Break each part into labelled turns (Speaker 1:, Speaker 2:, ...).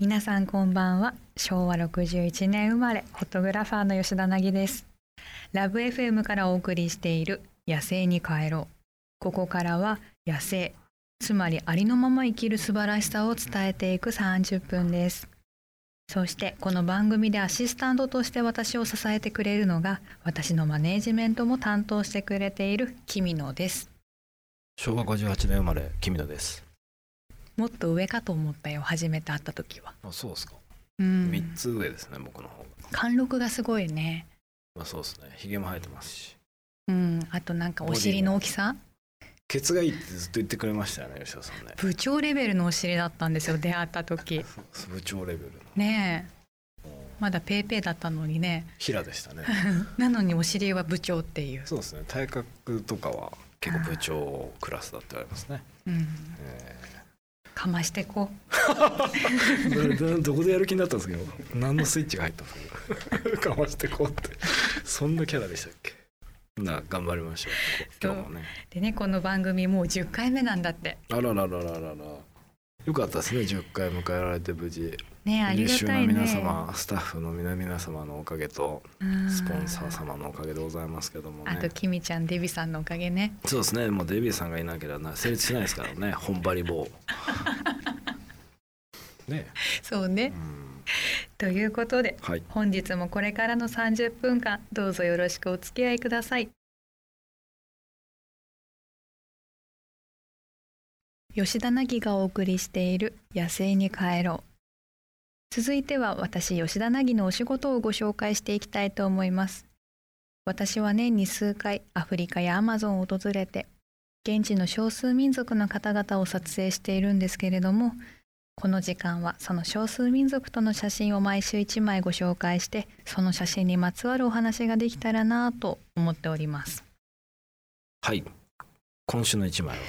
Speaker 1: 皆さんこんばんは昭和61年生まれフォトグラファーの吉田凪ですラブ FM からお送りしている野生に帰ろうここからは野生つまりありのまま生きる素晴らしさを伝えていく30分ですそしてこの番組でアシスタントとして私を支えてくれるのが私のマネージメントも担当してくれているキミノです
Speaker 2: 昭和58年生まれ君野です
Speaker 1: もっと上かと思ったよ初めて会った時は
Speaker 2: あそうですか、
Speaker 1: うん
Speaker 2: 三つ上ですね僕の方が
Speaker 1: 貫禄がすごいね
Speaker 2: まあそうですねひげも生えてますし
Speaker 1: うんあとなんかお尻の大きさ
Speaker 2: ケツがいいってずっと言ってくれましたよね吉田さんね
Speaker 1: 部長レベルのお尻だったんですよ出会った時
Speaker 2: 部長レベル
Speaker 1: ねえ
Speaker 2: のもう
Speaker 1: まだペーペーだったのにね
Speaker 2: 平 でしたね
Speaker 1: なのにお尻は部長っていう、
Speaker 2: そうですね体格とかは結構部長クラスだって言われますね、
Speaker 1: うん、
Speaker 2: え
Speaker 1: かましてこ
Speaker 2: ーどこでやる気になったんですけど何のスイッチが入ったんで すかかましてこうってそんなキャラでしたっけなあ頑張りましょう今日もね
Speaker 1: うでねこの番組もう10回目なんだって
Speaker 2: あららららららよかったですね10回迎えられて無事
Speaker 1: ねえあり
Speaker 2: 優
Speaker 1: が
Speaker 2: 秀
Speaker 1: た
Speaker 2: ない
Speaker 1: ね
Speaker 2: 皆様、スタッフの皆々様のおかげと
Speaker 1: うん
Speaker 2: スポンサー様のおかげでございますけども
Speaker 1: あと
Speaker 2: ね
Speaker 1: キミちゃんデビさんのおかげね
Speaker 2: そうですねもうデビューさんがいなければな成立しないですか らね本張り棒ね
Speaker 1: そうね、
Speaker 2: うん
Speaker 1: ということで
Speaker 2: はい
Speaker 1: 本日もこれからの30分間どうぞよろしくお付き合いください吉田凪がお送りしている「野生に帰ろう」続いては私吉田凪のお仕事をご紹介していきたいと思います私は年に数回アフリカやアマゾンを訪れて現地の少数民族の方々を撮影しているんですけれどもこの時間はその少数民族との写真を毎週1枚ご紹介してその写真にまつわるお話ができたらなぁと思っております
Speaker 2: はい今週の一枚を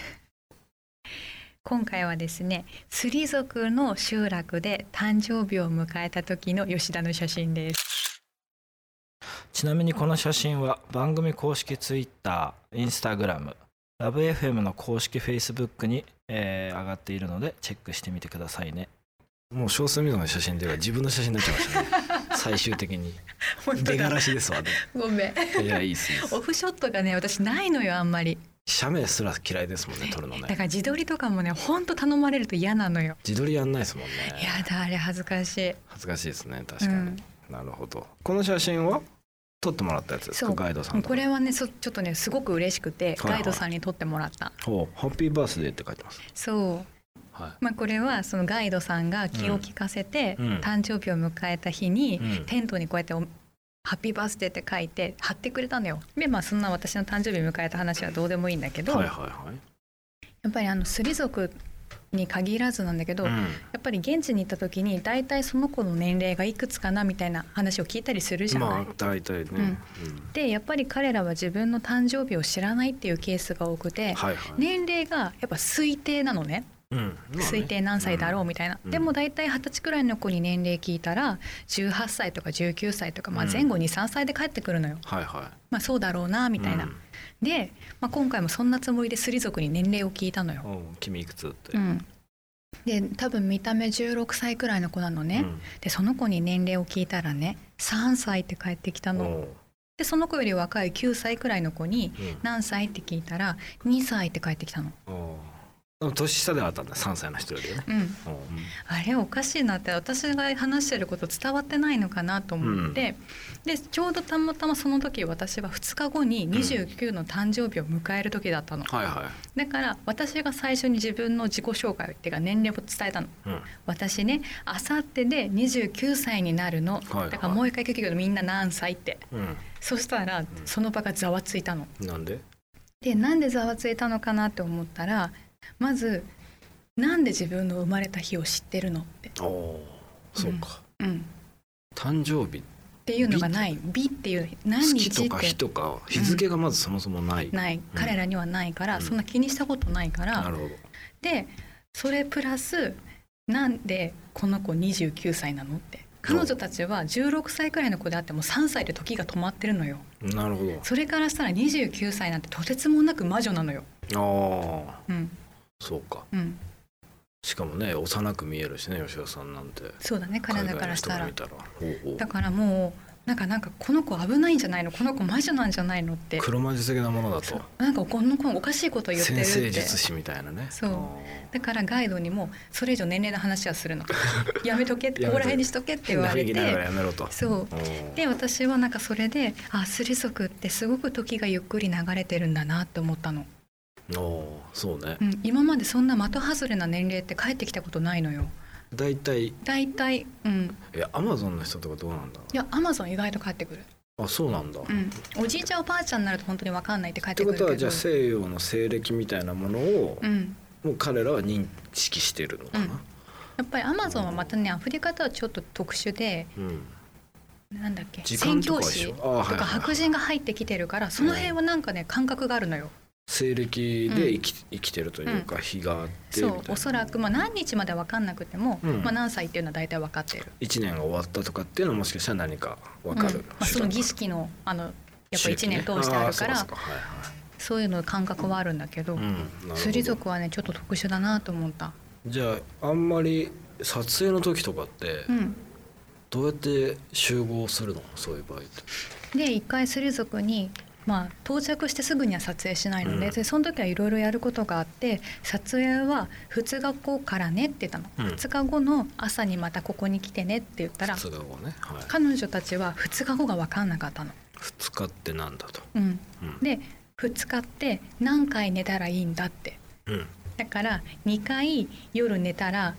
Speaker 1: 今回はですねスリ族の集落で誕生日を迎えた時の吉田の写真です
Speaker 2: ちなみにこの写真は番組公式 Twitter、Instagram、ラブ f m の公式 Facebook に、えー上がっているのでチェックしてみてくださいね。もう少数民族の写真では自分の写真になっちゃいましたね。 最終的に出がらしです わね。
Speaker 1: ごめん
Speaker 2: いやいいっすいいっす
Speaker 1: オ。フショットがね私ないのよあんまり
Speaker 2: 写メすら嫌いで すもんね撮るの
Speaker 1: だ
Speaker 2: ね
Speaker 1: か。ら自撮りとかもねほんと頼まれると嫌なのよ
Speaker 2: 自撮りやんないですもんね。
Speaker 1: やだあれ恥ずかしい
Speaker 2: 恥ずかしいですね確かに。
Speaker 1: うん
Speaker 2: なるほど。この写真は撮ってもらったやつです
Speaker 1: そ
Speaker 2: か
Speaker 1: う
Speaker 2: ガイドさんと
Speaker 1: こ
Speaker 2: か。
Speaker 1: れはねそちょっとねすごく嬉しくて
Speaker 2: はいは
Speaker 1: ガ
Speaker 2: い
Speaker 1: イドさんに撮ってもらった
Speaker 2: ほうハッピーバースデーって書いてます。
Speaker 1: そう
Speaker 2: は
Speaker 1: まあ、これはそのガイドさんが気を利かせて
Speaker 2: うん
Speaker 1: 誕生日を迎えた日に
Speaker 2: うん
Speaker 1: テントにこうやってお「ハッピーバースデー」って書いて貼ってくれたのよ。でまあそんな私の誕生日迎えた話はどうでもいいんだけ
Speaker 2: い。
Speaker 1: ど、
Speaker 2: はいはい
Speaker 1: や
Speaker 2: はい。
Speaker 1: っぱりあのスリ族に限らずなんだけど、
Speaker 2: う
Speaker 1: や
Speaker 2: ん
Speaker 1: っぱり現地に行った時に大体その子の年齢がいくつかなみたいな話を聞いたりするじゃない。
Speaker 2: まあ大体ね、
Speaker 1: うんでやっぱり彼らは自分の誕生日を知らないっていうケースが多くて、
Speaker 2: はいはい、
Speaker 1: 年齢がやっぱ推定なのね。
Speaker 2: うんまあね
Speaker 1: 推定何歳だろうみたいな、
Speaker 2: うん
Speaker 1: でも大体二十歳くらいの子に年齢聞いたら18歳とか19歳とか、まあ、
Speaker 2: うん
Speaker 1: 前後23歳で帰ってくるのよ、
Speaker 2: はいは
Speaker 1: まあ、そうだろうないみたいな、
Speaker 2: うん
Speaker 1: で、まあ、今回もそんなつもりでスリ族に年齢を聞いたのよ、
Speaker 2: おう君いくつって、
Speaker 1: うん、で多分見た目16歳くらいの子なのね、でその子に年齢を聞いたらね3歳って帰ってきた
Speaker 2: うん
Speaker 1: の
Speaker 2: おう
Speaker 1: でその子より若い9歳くらいの子に
Speaker 2: うん
Speaker 1: 何歳って聞いたら2歳って帰ってきたの
Speaker 2: おうでも年下ではあったんだ3歳の人よりね
Speaker 1: うん
Speaker 2: おう
Speaker 1: あれおかしいなって私が話してること伝わってないのかなと思って、でちょうどたまたまその時私は2日後に29の誕生日を迎える時だったの、
Speaker 2: はいは
Speaker 1: だから私が最初に自分の自己紹介っていうか年齢を伝えたの
Speaker 2: い、うん、
Speaker 1: 私ねあさってで29歳になるの、
Speaker 2: はいはい
Speaker 1: だからもう一回聞くけどみんな何歳って
Speaker 2: う
Speaker 1: そしたらその場がざわついたの。
Speaker 2: ん、なんで
Speaker 1: でなんでざわついたのかなって思ったらまずなんで自分の生まれた日を知ってるのって。
Speaker 2: おおそうか、
Speaker 1: うん
Speaker 2: 誕生日
Speaker 1: っていうのがない美っていう何日
Speaker 2: 月と
Speaker 1: っ
Speaker 2: か
Speaker 1: て
Speaker 2: 日とか日付がまずそもそもない、
Speaker 1: ない彼らにはないから、
Speaker 2: うん
Speaker 1: そんな気にしたことないから、
Speaker 2: なるほど
Speaker 1: でそれプラスなんでこの子29歳なのって彼女たちは16歳くらいの子であっても3歳で時が止まってるのよ
Speaker 2: なるほ
Speaker 1: それからしたら29歳なんてとてつもなく魔女なのよ。
Speaker 2: どああ
Speaker 1: うん
Speaker 2: そうか
Speaker 1: うん、
Speaker 2: しかもね幼く見えるしね吉田さんなんて
Speaker 1: そうだね
Speaker 2: 海
Speaker 1: 体
Speaker 2: 外
Speaker 1: か
Speaker 2: の
Speaker 1: らした
Speaker 2: 人から見たらおうおう
Speaker 1: だからもうなんかなんかこの子危ないんじゃないのこの子魔女なんじゃないのって
Speaker 2: 黒魔術的なものだ
Speaker 1: そ
Speaker 2: と
Speaker 1: うなんかこの子おかしいこと言ってる
Speaker 2: 先生
Speaker 1: って
Speaker 2: 術師みたいなね
Speaker 1: そうんだからガイドにもそれ以上年齢の話はす るのやめとけって
Speaker 2: や
Speaker 1: ここ
Speaker 2: めとけ
Speaker 1: ら辺にしとけって言われ
Speaker 2: 嘆きながら
Speaker 1: て
Speaker 2: やめろと
Speaker 1: そう
Speaker 2: うん
Speaker 1: で私はなんかそれであスリ族ってすごく時がゆっくり流れてるんだなって思ったの、
Speaker 2: おーそうね
Speaker 1: うん、今までそんな的外れな年齢って帰ってきたことないのよ
Speaker 2: 大体い
Speaker 1: 大体うん
Speaker 2: やアマゾンの人とかどうなんだ
Speaker 1: いやアマゾン意外と帰ってくる、
Speaker 2: あそうなんだ、
Speaker 1: う
Speaker 2: っ
Speaker 1: ん、おじいちゃんおばあちゃんになると本当に分かんないって帰って
Speaker 2: て
Speaker 1: く
Speaker 2: こ
Speaker 1: るけ
Speaker 2: と
Speaker 1: ど
Speaker 2: はじゃあ西洋の西暦みたいなものを、
Speaker 1: うん、
Speaker 2: もう彼らは認識してるのかな、
Speaker 1: やっぱりアマゾンはまたねアフリカとはちょっと特殊で
Speaker 2: うん
Speaker 1: なんだっけ
Speaker 2: 時
Speaker 1: 宣
Speaker 2: 間と
Speaker 1: 教
Speaker 2: かでし
Speaker 1: 師
Speaker 2: ょ
Speaker 1: と
Speaker 2: あはいはい
Speaker 1: か白人が入ってきてるからその辺はなんかね感覚があるのよ。
Speaker 2: 西暦で生き,、生きてるというか日があってみたい
Speaker 1: そ
Speaker 2: な
Speaker 1: うおそらく、まあ、何日までは分かんなくても、
Speaker 2: うん
Speaker 1: まあ、何歳っていうのは大体分かってる。
Speaker 2: 1年が終わったとかっていうのはもしかしたら何か分かる、
Speaker 1: うんまあ、その儀式のあのやっぱ1年通してあるからそ
Speaker 2: あーそううかはい
Speaker 1: いうの感覚はあるんだけど、
Speaker 2: はいうんなるほど
Speaker 1: スリ族はねちょっと特殊だなと思った。
Speaker 2: じゃああんまり撮影の時とかって
Speaker 1: うん、
Speaker 2: どうやって集合するのそういう場合って
Speaker 1: で一回スリ族に、まあ、到着してすぐには撮影しないので,、
Speaker 2: うん
Speaker 1: でその時はいろいろやることがあって撮影は2日後からねって言ったの、
Speaker 2: うん
Speaker 1: 2日後の朝にまたここに来てねって言ったら
Speaker 2: 2日後ね、はい、
Speaker 1: 彼女たちは2日後が分かんなかったの。
Speaker 2: 2日ってなんだと、
Speaker 1: うん、
Speaker 2: うん
Speaker 1: で2日って何回寝たらいいんだって
Speaker 2: うん、
Speaker 1: だから2回夜寝たら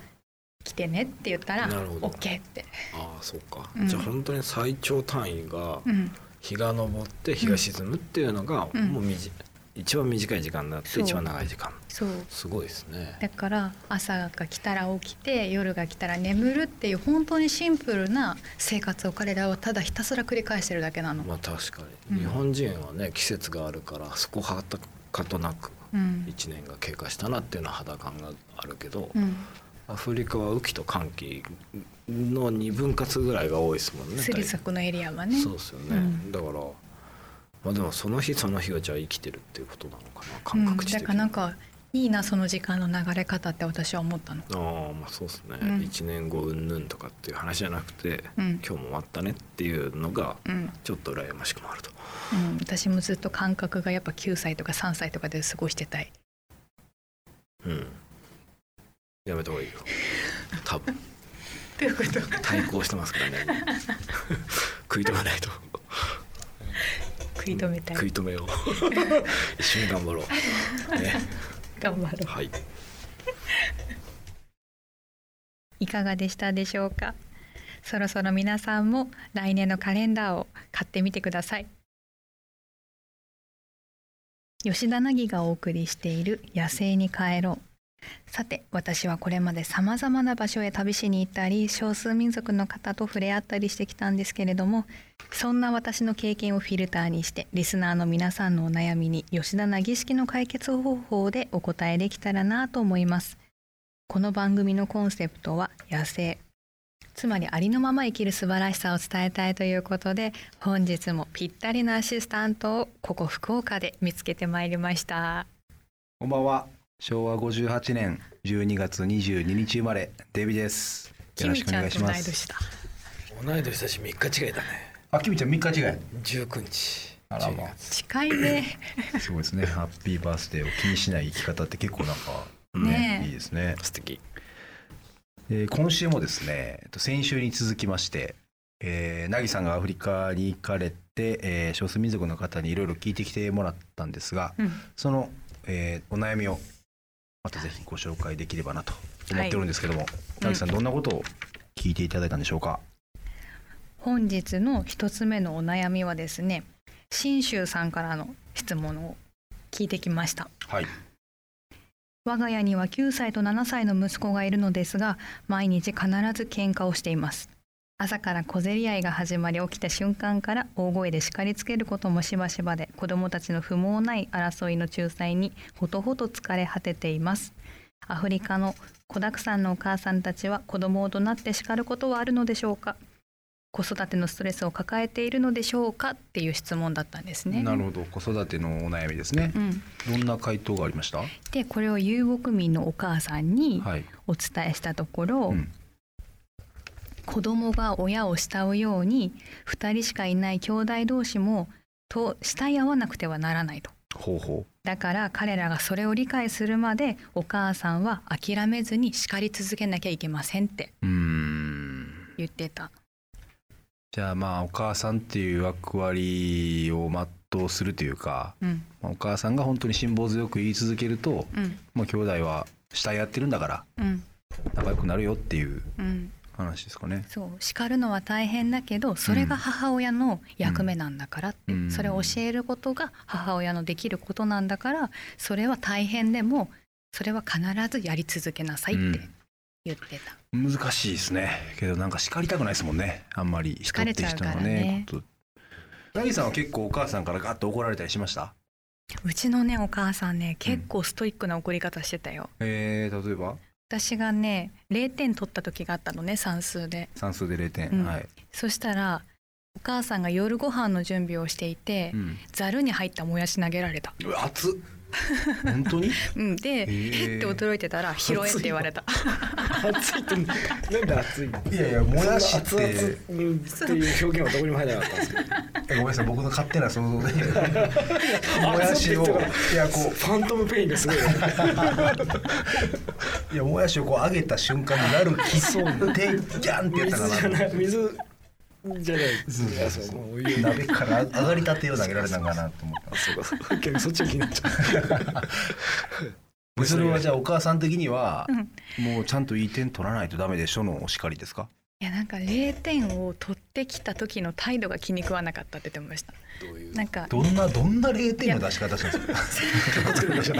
Speaker 1: 来てねって言ったら
Speaker 2: なるほど
Speaker 1: OK って、
Speaker 2: ああそうか、
Speaker 1: うん
Speaker 2: じゃあ本当に最長単位が
Speaker 1: うん、
Speaker 2: 日が昇って日が沈むっていうのが
Speaker 1: うん
Speaker 2: もうみじ、一番短い時間だって
Speaker 1: そう
Speaker 2: 一番長い時間
Speaker 1: そう
Speaker 2: すごいですね
Speaker 1: だから朝が来たら起きて夜が来たら眠るっていう本当にシンプルな生活を彼らはただひたすら繰り返してるだけなの、
Speaker 2: まあ確か
Speaker 1: うん
Speaker 2: に日本人はね季節があるからそこはたかとなく
Speaker 1: うん
Speaker 2: 1年が経過したなっていうのは肌感があるけど、
Speaker 1: うん、
Speaker 2: アフリカは雨季と乾季の2分割ぐらいが多いですもんね
Speaker 1: スリ族のエリアは
Speaker 2: 大
Speaker 1: ね
Speaker 2: 体そうですよね、
Speaker 1: うん
Speaker 2: だからまあでもその日その日がじゃあ生きてるっていうことなのかな感覚
Speaker 1: う
Speaker 2: 値
Speaker 1: ん、だから
Speaker 2: 的に、
Speaker 1: な
Speaker 2: あ
Speaker 1: んかいいなその時間の流れ方って私は思ったの、
Speaker 2: あまあそうですね、
Speaker 1: うん
Speaker 2: 1年後うんぬんとかっていう話じゃなくて、
Speaker 1: うん
Speaker 2: 今日も終わったねっていうのが
Speaker 1: うん、
Speaker 2: ちょっと羨ましくもあると
Speaker 1: うん、私もずっと感覚がやっぱ9歳とか3歳とかで過ごしてたい
Speaker 2: うんやめた方が いいよ多分
Speaker 1: ということ
Speaker 2: 対抗してますから ね食い止めないと
Speaker 1: 食い止めた
Speaker 2: 食
Speaker 1: い
Speaker 2: い止めよ う一緒に頑張ろう、ね、
Speaker 1: 頑張ろう
Speaker 2: はい
Speaker 1: いかがでしたでしょうかそろそろ皆さんも来年のカレンダーを買ってみてください吉田凪がお送りしている野生に帰ろうさて私はこれまでさまざまな場所へ旅しに行ったり少数民族の方と触れ合ったりしてきたんですけれどもそんな私の経験をフィルターにしてリスナーの皆さんのお悩みに吉田凪式の解決方法でお答えできたらなと思いますこの番組のコンセプトは野生つまりありのまま生きる素晴らしさを伝えたいということで本日もぴったりなアシスタントをここ福岡で見つけてまいりました
Speaker 3: こんばんは。昭和58年12月22日生まれ、デビです。よ
Speaker 1: キ
Speaker 3: ろ
Speaker 1: ミ
Speaker 3: しくお
Speaker 1: ちゃ
Speaker 3: 願
Speaker 1: ん
Speaker 3: い
Speaker 1: と
Speaker 3: し
Speaker 1: 同い
Speaker 3: ま
Speaker 1: 年
Speaker 3: す。
Speaker 1: だ
Speaker 2: 同い年だし3日違いだね
Speaker 3: あ、キミちゃん3日違い。
Speaker 2: 19日
Speaker 3: あらまあ
Speaker 2: 12月
Speaker 1: 近いね
Speaker 3: すごいですね。ハッピーバースデーを気にしない生き方って結構なんか、
Speaker 1: ねえ
Speaker 3: いいですね。
Speaker 2: 素敵
Speaker 3: えー今週もですね、えっと先週に続きまして、えー、ナギさんがアフリカに行かれて、えー少数民族の方にいろいろ聞いてきてもらったんですが、
Speaker 1: うん
Speaker 3: その、えーお悩みをまたぜひご紹介できればなと思っておるんですけども、ナギさんどんなことを聞いていただいたんでしょうか。
Speaker 1: 本日の一つ目のお悩みはですね信州さんからの質問を聞いてきました
Speaker 3: はい。
Speaker 1: 我が家には9歳と7歳の息子がいるのですが毎日必ず喧嘩をしています朝から小競り合いが始まり起きた瞬間から大声で叱りつけることもしばしばで子どもたちの不毛ない争いの仲裁にほとほと疲れ果てていますアフリカの子だくさんのお母さんたちは子供を怒鳴って叱ることはあるのでしょうか子育てのストレスを抱えているのでしょうかっていう質問だったんですね。
Speaker 3: なるほど子育てのお悩みですね、
Speaker 1: うん、
Speaker 3: どんな回答がありましたは
Speaker 1: でこれを遊牧民のお母さんに
Speaker 3: い、
Speaker 1: お伝えしたところ、
Speaker 3: うん
Speaker 1: 子供が親を慕うように2人しかいない兄弟同士もと慕い合わなくてはならないと
Speaker 3: 方法
Speaker 1: だから彼らがそれを理解するまでお母さんは諦めずに叱り続けなきゃいけませんって
Speaker 3: うーん
Speaker 1: 言ってた
Speaker 3: じゃあまあお母さんっていう役割を全うするというか、
Speaker 1: うん
Speaker 3: まあお母さんが本当に辛抱強く言い続けると、
Speaker 1: うん
Speaker 3: まあ、兄弟は下やってるんだから
Speaker 1: うん
Speaker 3: 仲良くなるよっていう
Speaker 1: うん
Speaker 3: 話ですかね。
Speaker 1: そう叱るのは大変だけどそれが母親の役目なんだからって、
Speaker 3: うん
Speaker 1: それを教えることが母親のできることなんだからそれは大変でもそれは必ずやり続けなさいって言ってた、
Speaker 3: 難しいですねけどなんか叱りたくないですもんねあんまり人
Speaker 1: 疲
Speaker 3: っ
Speaker 1: れ
Speaker 3: て
Speaker 1: ちゃう
Speaker 3: 人
Speaker 1: か
Speaker 3: の
Speaker 1: ら
Speaker 3: ね
Speaker 1: ね
Speaker 3: ことナギさんは結構お母さんからガッと怒られたりしました
Speaker 1: うちのねお母さんね結構ストイックな怒り方してたよ、
Speaker 3: えー、例えば
Speaker 1: 私がね0点取った時があったのね算数で
Speaker 3: 算数で0点、
Speaker 1: うん
Speaker 3: はい、
Speaker 1: そしたらお母さんが夜ご飯の準備をしていて
Speaker 3: うん、
Speaker 1: ざる、に入ったもやし投げられた、
Speaker 3: うわ熱っ本当に
Speaker 1: うん、で、
Speaker 3: ー
Speaker 1: へって驚いてたら拾えって言われた
Speaker 2: 熱いってなんで熱いの
Speaker 3: いやいやもやしって
Speaker 2: そんな熱々うんっていう表現はどこにも入らなかったんですけど
Speaker 3: ごめんなさい僕の勝手な想像で も
Speaker 2: も
Speaker 3: や
Speaker 2: や
Speaker 3: し
Speaker 2: し
Speaker 3: を
Speaker 2: を
Speaker 3: いや
Speaker 2: フ
Speaker 3: こ
Speaker 2: ァントムペインがすごいよね
Speaker 3: ういやもやしをこう上げた瞬間になるきそうでギャンってやったか
Speaker 2: 水じゃ
Speaker 3: な
Speaker 2: ない 水じゃない
Speaker 3: そうそうそう
Speaker 2: あも
Speaker 3: そう
Speaker 2: お
Speaker 3: う
Speaker 2: 湯
Speaker 3: 鍋から上がりたてを投げられたんかなと思った
Speaker 2: そうかそうか逆にそっちが気になっちゃう
Speaker 3: でそれはじゃあお母さん的には
Speaker 1: うん
Speaker 3: もうちゃんといい点取らないとダメでしょのお叱りですか
Speaker 1: いやなんか0点を取ってきた時の態度が気に食わなかったって言ってました
Speaker 2: どういう
Speaker 1: なんか
Speaker 3: どんなどんな0点の出し方したんです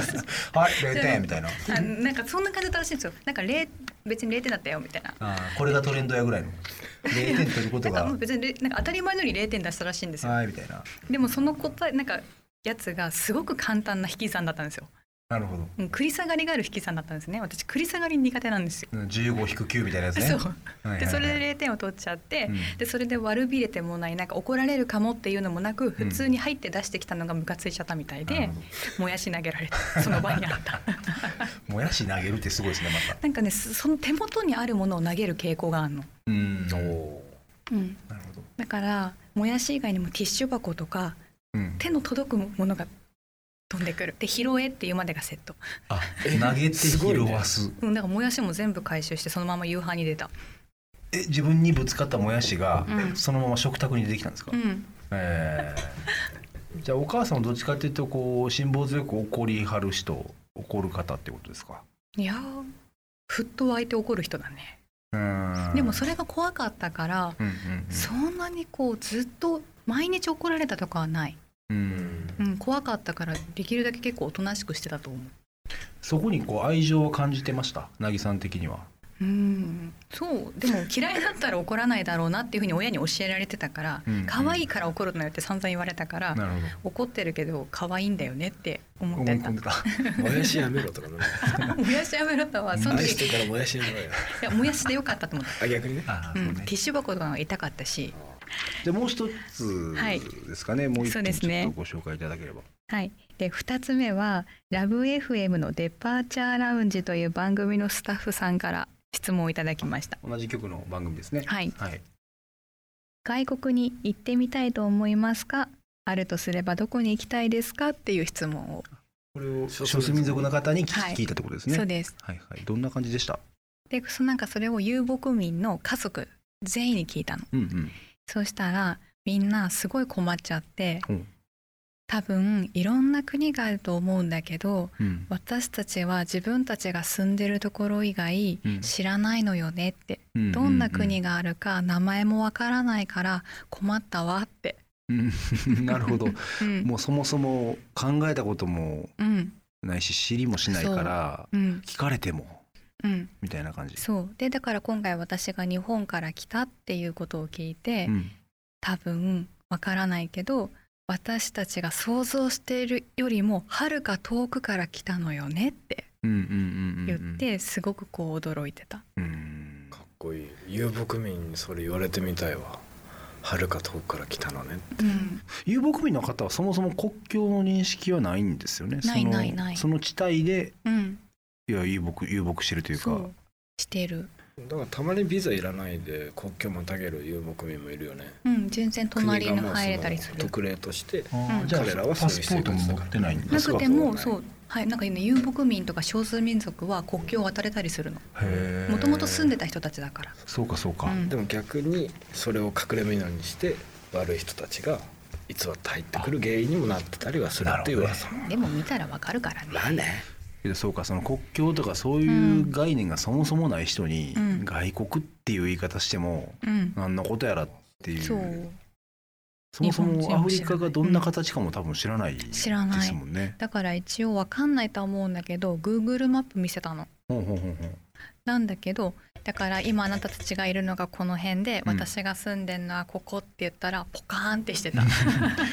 Speaker 3: か はい0点みたいな
Speaker 1: あなんかそんな感じだったらしいんですよなんか0別に0点だったよみたいな
Speaker 3: あーこれがトレンドやぐらいの0点取るこ と
Speaker 1: なんかもう
Speaker 3: が
Speaker 1: 別にれなんか当たり前のように0点出したらしいんですよ
Speaker 3: はいみたいな
Speaker 1: でもその答えなんかやつがすごく簡単な引き算だったんですよ
Speaker 3: なるほど
Speaker 1: うん繰り下がりがある引き算だったんですね私繰り下がり苦手なんですよ、
Speaker 3: うん15引く9みたいなやつね
Speaker 1: そう
Speaker 3: はいはいはい
Speaker 1: でそれで0点を取っちゃって、
Speaker 3: うん
Speaker 1: でそれで悪びれてもないなんか怒られるかもっていうのもなく普通に入って出してきたのがムカついちゃったみたい
Speaker 3: なる
Speaker 1: で
Speaker 3: ほ、
Speaker 1: もやし投げられたその場にあった
Speaker 3: もやし投げるってすごいですねまた
Speaker 1: なんかねそその手元にあるものを投げる傾向があるの、
Speaker 3: うんおなるほど
Speaker 1: だからもやし以外にもティッシュ箱とか
Speaker 3: うん
Speaker 1: 手の届くものが飛んでくるで拾えっていうまでがセット、
Speaker 3: あ投げて拾わす
Speaker 1: うん、だからもやしも全部回収してそのまま夕飯に出た
Speaker 3: え自分にぶつかったもやしが
Speaker 1: うん
Speaker 3: そのまま食卓に出てきたんですか
Speaker 1: うん
Speaker 3: えーじゃあお母さんはどっちかっていうとこう辛抱強く怒りはる人怒る方ってことですか
Speaker 1: いやーふっと湧いて怒る人だね
Speaker 3: うーん
Speaker 1: でもそれが怖かったから、
Speaker 3: うんうん
Speaker 1: そんなにこうずっと毎日怒られたとかはない、
Speaker 3: うん、うん
Speaker 1: うん、怖かったからできるだけ結構おとなしくしてたと思
Speaker 3: そこにこう愛情を感じてましたなぎさん的には
Speaker 1: ううんそうでも嫌いだったら怒らないだろうなっていうふうに親に教えられてたから
Speaker 3: うんうん
Speaker 1: 可愛いから怒るのよって散々言われたから
Speaker 3: なるほど
Speaker 1: 怒ってるけど可愛いんだよねって思っ
Speaker 3: 思い
Speaker 1: て
Speaker 3: 込
Speaker 1: た
Speaker 3: んでた
Speaker 2: もやしやめろとかね
Speaker 1: もやしやめろとはその
Speaker 2: 愛
Speaker 1: 時
Speaker 2: し
Speaker 1: い
Speaker 2: てからもやしやめろよ
Speaker 1: やもやしでよかったと思っ
Speaker 2: あ逆にね
Speaker 3: あ
Speaker 1: た、
Speaker 3: ー
Speaker 1: う、
Speaker 3: そうん
Speaker 1: テ
Speaker 3: ね
Speaker 1: ィッシュ箱とかが痛かったし
Speaker 3: じゃあもう一つ
Speaker 1: はい
Speaker 3: ですかね、もう一
Speaker 1: そう
Speaker 3: つ
Speaker 1: ですね
Speaker 3: ちょっとご紹介いただければ
Speaker 1: はい、で2つ目はラブ f m の「デパーチャーラウンジ」という番組のスタッフさんから質問をいただきました
Speaker 3: 同じ曲の番組ですね
Speaker 1: はい
Speaker 3: はい
Speaker 1: 外国に行ってみたいと思いますかあるとすればどこに行きたいですかっていう質問を、
Speaker 3: これを
Speaker 2: 少
Speaker 3: 少
Speaker 2: 数民族
Speaker 3: 数民族の方に聞,、
Speaker 1: はい
Speaker 3: 聞いたってことですね
Speaker 1: そうです
Speaker 3: はいはいどんな感じでした
Speaker 1: でそなんかそれを遊牧民の家族全員に聞いたの
Speaker 3: うんうん
Speaker 1: そうしたらみんなすごい困っちゃって
Speaker 3: うん
Speaker 1: 多分いろんな国があると思うんだけど
Speaker 3: うん
Speaker 1: 私たちは自分たちが住んでるところ以外
Speaker 3: うん
Speaker 1: 知らないのよねって
Speaker 3: うん
Speaker 1: どんな国があるか名前もわからないから困ったわって。
Speaker 3: うん なるほど
Speaker 1: うん
Speaker 3: もうそもそも考えたことも
Speaker 1: うん
Speaker 3: ないし知りもしないから
Speaker 1: うん
Speaker 3: 聞かれても
Speaker 1: うん、
Speaker 3: みたいな感じ。
Speaker 1: そうでだから今回私が日本から来たっていうことを聞いて、
Speaker 3: うん
Speaker 1: 多分わからないけど私たちが想像しているよりもはるか遠くから来たのよねって
Speaker 3: うんうんうんうんう
Speaker 1: 言っ
Speaker 3: ん。
Speaker 1: てすごくこう驚いてた。
Speaker 3: うん
Speaker 2: かっこいい遊牧民にそれ言われてみたいわ遥か遠くから来たのね
Speaker 4: うん、
Speaker 3: 遊牧民の方はそもそも国境の認識はないんですよね。
Speaker 4: ない
Speaker 3: その
Speaker 4: ないない
Speaker 3: その地帯で
Speaker 4: うん、
Speaker 3: いや遊牧遊牧してるというか。
Speaker 4: そうしてる、
Speaker 2: だからたまにビザいらないで国境またげる遊牧民もいるよね
Speaker 4: うん、全然隣に
Speaker 2: 国がもうそ
Speaker 4: 入れたりする
Speaker 2: 特例として
Speaker 3: あー
Speaker 4: うん
Speaker 3: じゃあ
Speaker 2: 彼らはそ
Speaker 3: パ
Speaker 2: ういう
Speaker 3: スポートも持ってないんだ。
Speaker 4: な
Speaker 3: へ
Speaker 2: 生活
Speaker 4: くて
Speaker 2: は
Speaker 4: も
Speaker 2: ない
Speaker 4: そうはいなんかね遊牧民とか少数民族は国境を渡れたりするの
Speaker 3: え
Speaker 4: もともと住んでた人たちだから
Speaker 3: そうかそうか。
Speaker 4: うん
Speaker 2: でも逆にそれを隠れ蓑にして悪い人たちが偽って入ってくる原因にもなってたりはするっていう噂も
Speaker 4: でも見たらわかるからね
Speaker 2: まあね
Speaker 3: けどそうかその国境とかそういう概念がそもそもない人に
Speaker 4: うん
Speaker 3: 外国っていう言い方しても
Speaker 4: うん
Speaker 3: 何のことやらっていう。
Speaker 4: そう
Speaker 3: そもそ
Speaker 4: 日本人
Speaker 3: も
Speaker 4: は
Speaker 3: アフリカがどんな形かも多分知らないです
Speaker 4: 知らない
Speaker 3: もんね。
Speaker 4: だから一応わかんないとは思うんだけど Google マップ見せたの
Speaker 3: ほうほうほうほう
Speaker 4: なんだけどだから今あなたたちがいるのがこの辺で、
Speaker 3: うん
Speaker 4: 私が住んでんのはここって言ったらポカーンってしてた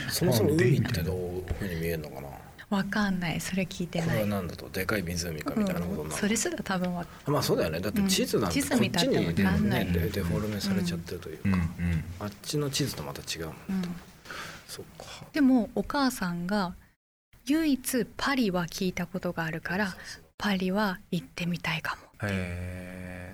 Speaker 2: そもそも海ってどういうふうに見えるのかな
Speaker 4: わかんないそれ聞いて
Speaker 2: こ
Speaker 4: な
Speaker 2: れ
Speaker 4: い
Speaker 2: は何だとでかい湖かみたいなことに
Speaker 4: うん
Speaker 2: な
Speaker 4: そ
Speaker 2: る
Speaker 4: れすら多分わ
Speaker 2: まあそうだよねだって地図なんて
Speaker 4: うん
Speaker 2: こっ
Speaker 4: 地
Speaker 2: ち
Speaker 4: 図見
Speaker 2: に
Speaker 4: たってわかん
Speaker 3: な
Speaker 2: ね
Speaker 3: い
Speaker 2: デデフォルメされちゃってるというか、
Speaker 3: うんうん。
Speaker 2: あっちの地図とまた違うもん
Speaker 4: うん
Speaker 2: そっか
Speaker 4: でもお母さんが唯一パリは聞いたことがあるからパリは行ってみたいかも
Speaker 3: へ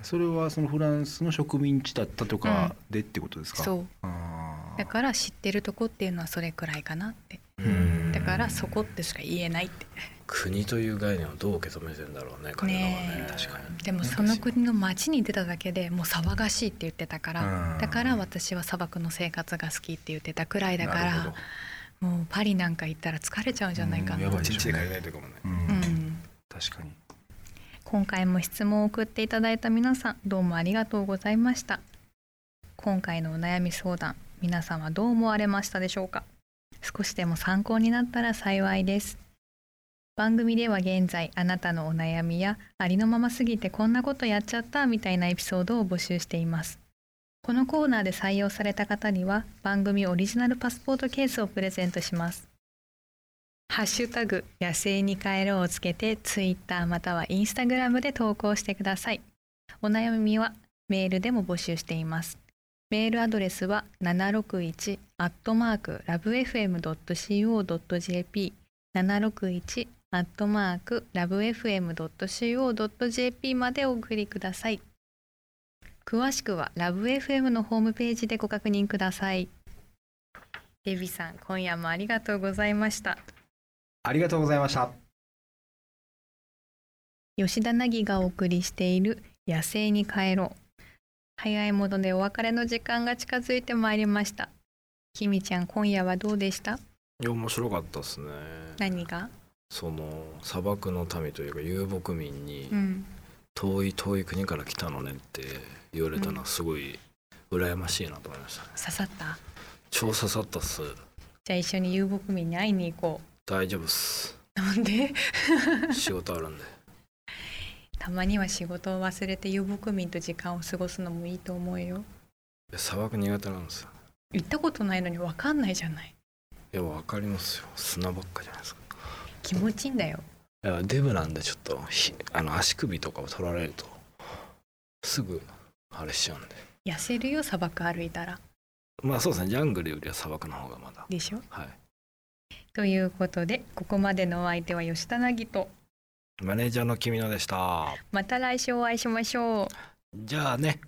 Speaker 3: え。それはそのフランスの植民地だったとかでってことですか。
Speaker 4: そう
Speaker 3: あー
Speaker 4: だから知ってるとこっていうのはそれくらいかなって
Speaker 3: うん
Speaker 4: だからそこってしか言えないって
Speaker 2: 国という概念をどう受け止めてんだろうね彼らはね
Speaker 4: ねえ
Speaker 2: 確かに
Speaker 4: でもその国の街に出ただけでもう騒がしいって言ってたから
Speaker 3: うん
Speaker 4: だから私は砂漠の生活が好きって言ってたくらいだか
Speaker 3: なるほ
Speaker 4: ら
Speaker 3: ど
Speaker 4: もうパリなんか行ったら疲れちゃうんじゃないか
Speaker 3: うん
Speaker 4: な
Speaker 3: やばい
Speaker 2: 一日で帰れないとかもね
Speaker 3: う
Speaker 4: うんん
Speaker 3: 確かに。
Speaker 1: 今回も質問を送っていただいた皆さんどうもありがとうございました今回のお悩み相談皆さんはどう思われましたでしょうか少しでも参考になったら幸いです番組では現在あなたのお悩みやありのまますぎてこんなことやっちゃったみたいなエピソードを募集していますこのコーナーで採用された方には番組オリジナルパスポートケースをプレゼントしますハッシュタグ野生に帰ろうをつけてツイッターまたはインスタグラムで投稿してください。お悩みはメールでも募集しています。メールアドレスは761アットマークラブ FM.co.jp 761アットマークラブ FM.co.jp までお送りください。詳しくはラブ FM のホームページでご確認ください。デビさん、今夜もありがとうございました。
Speaker 3: ありがとうございました。
Speaker 1: 吉田凪がお送りしている「野生に帰ろう」早いものでお別れの時間が近づいてまいりましたきみちゃん今夜はどうでした
Speaker 2: いや面白かったですね
Speaker 1: 何が
Speaker 2: その砂漠の民というか遊牧民に
Speaker 4: うん
Speaker 2: 遠い遠い国から来たのねって言われたのはすごい羨ましいなと思いましたね
Speaker 1: 刺さった
Speaker 2: 超刺さったっす
Speaker 1: じゃあ一緒に遊牧民に会いに行こ
Speaker 2: 大丈夫っす
Speaker 1: うなんで
Speaker 2: 仕事あるんで
Speaker 1: たまには仕事を忘れて遊牧民と時間を過ごすのもいいと思うよ
Speaker 2: いや砂漠苦手なんですよ
Speaker 1: 行ったことないのに分かんないじゃない
Speaker 2: いやわかりますよ砂ばっかじゃないですか
Speaker 1: 気持ちいいんだよ
Speaker 2: いやデブなんでちょっとひあの足首とかを取られるとすぐあれしちゃうんで
Speaker 1: 痩せるよ砂漠歩いたら
Speaker 2: まあそうですねジャングルよりは砂漠の方がまだ
Speaker 1: でしょ
Speaker 2: はい
Speaker 1: ということでここまでのお相手は吉田凪と
Speaker 2: マネージャーの君のでした
Speaker 1: また来週お会いしましょう
Speaker 2: じゃあね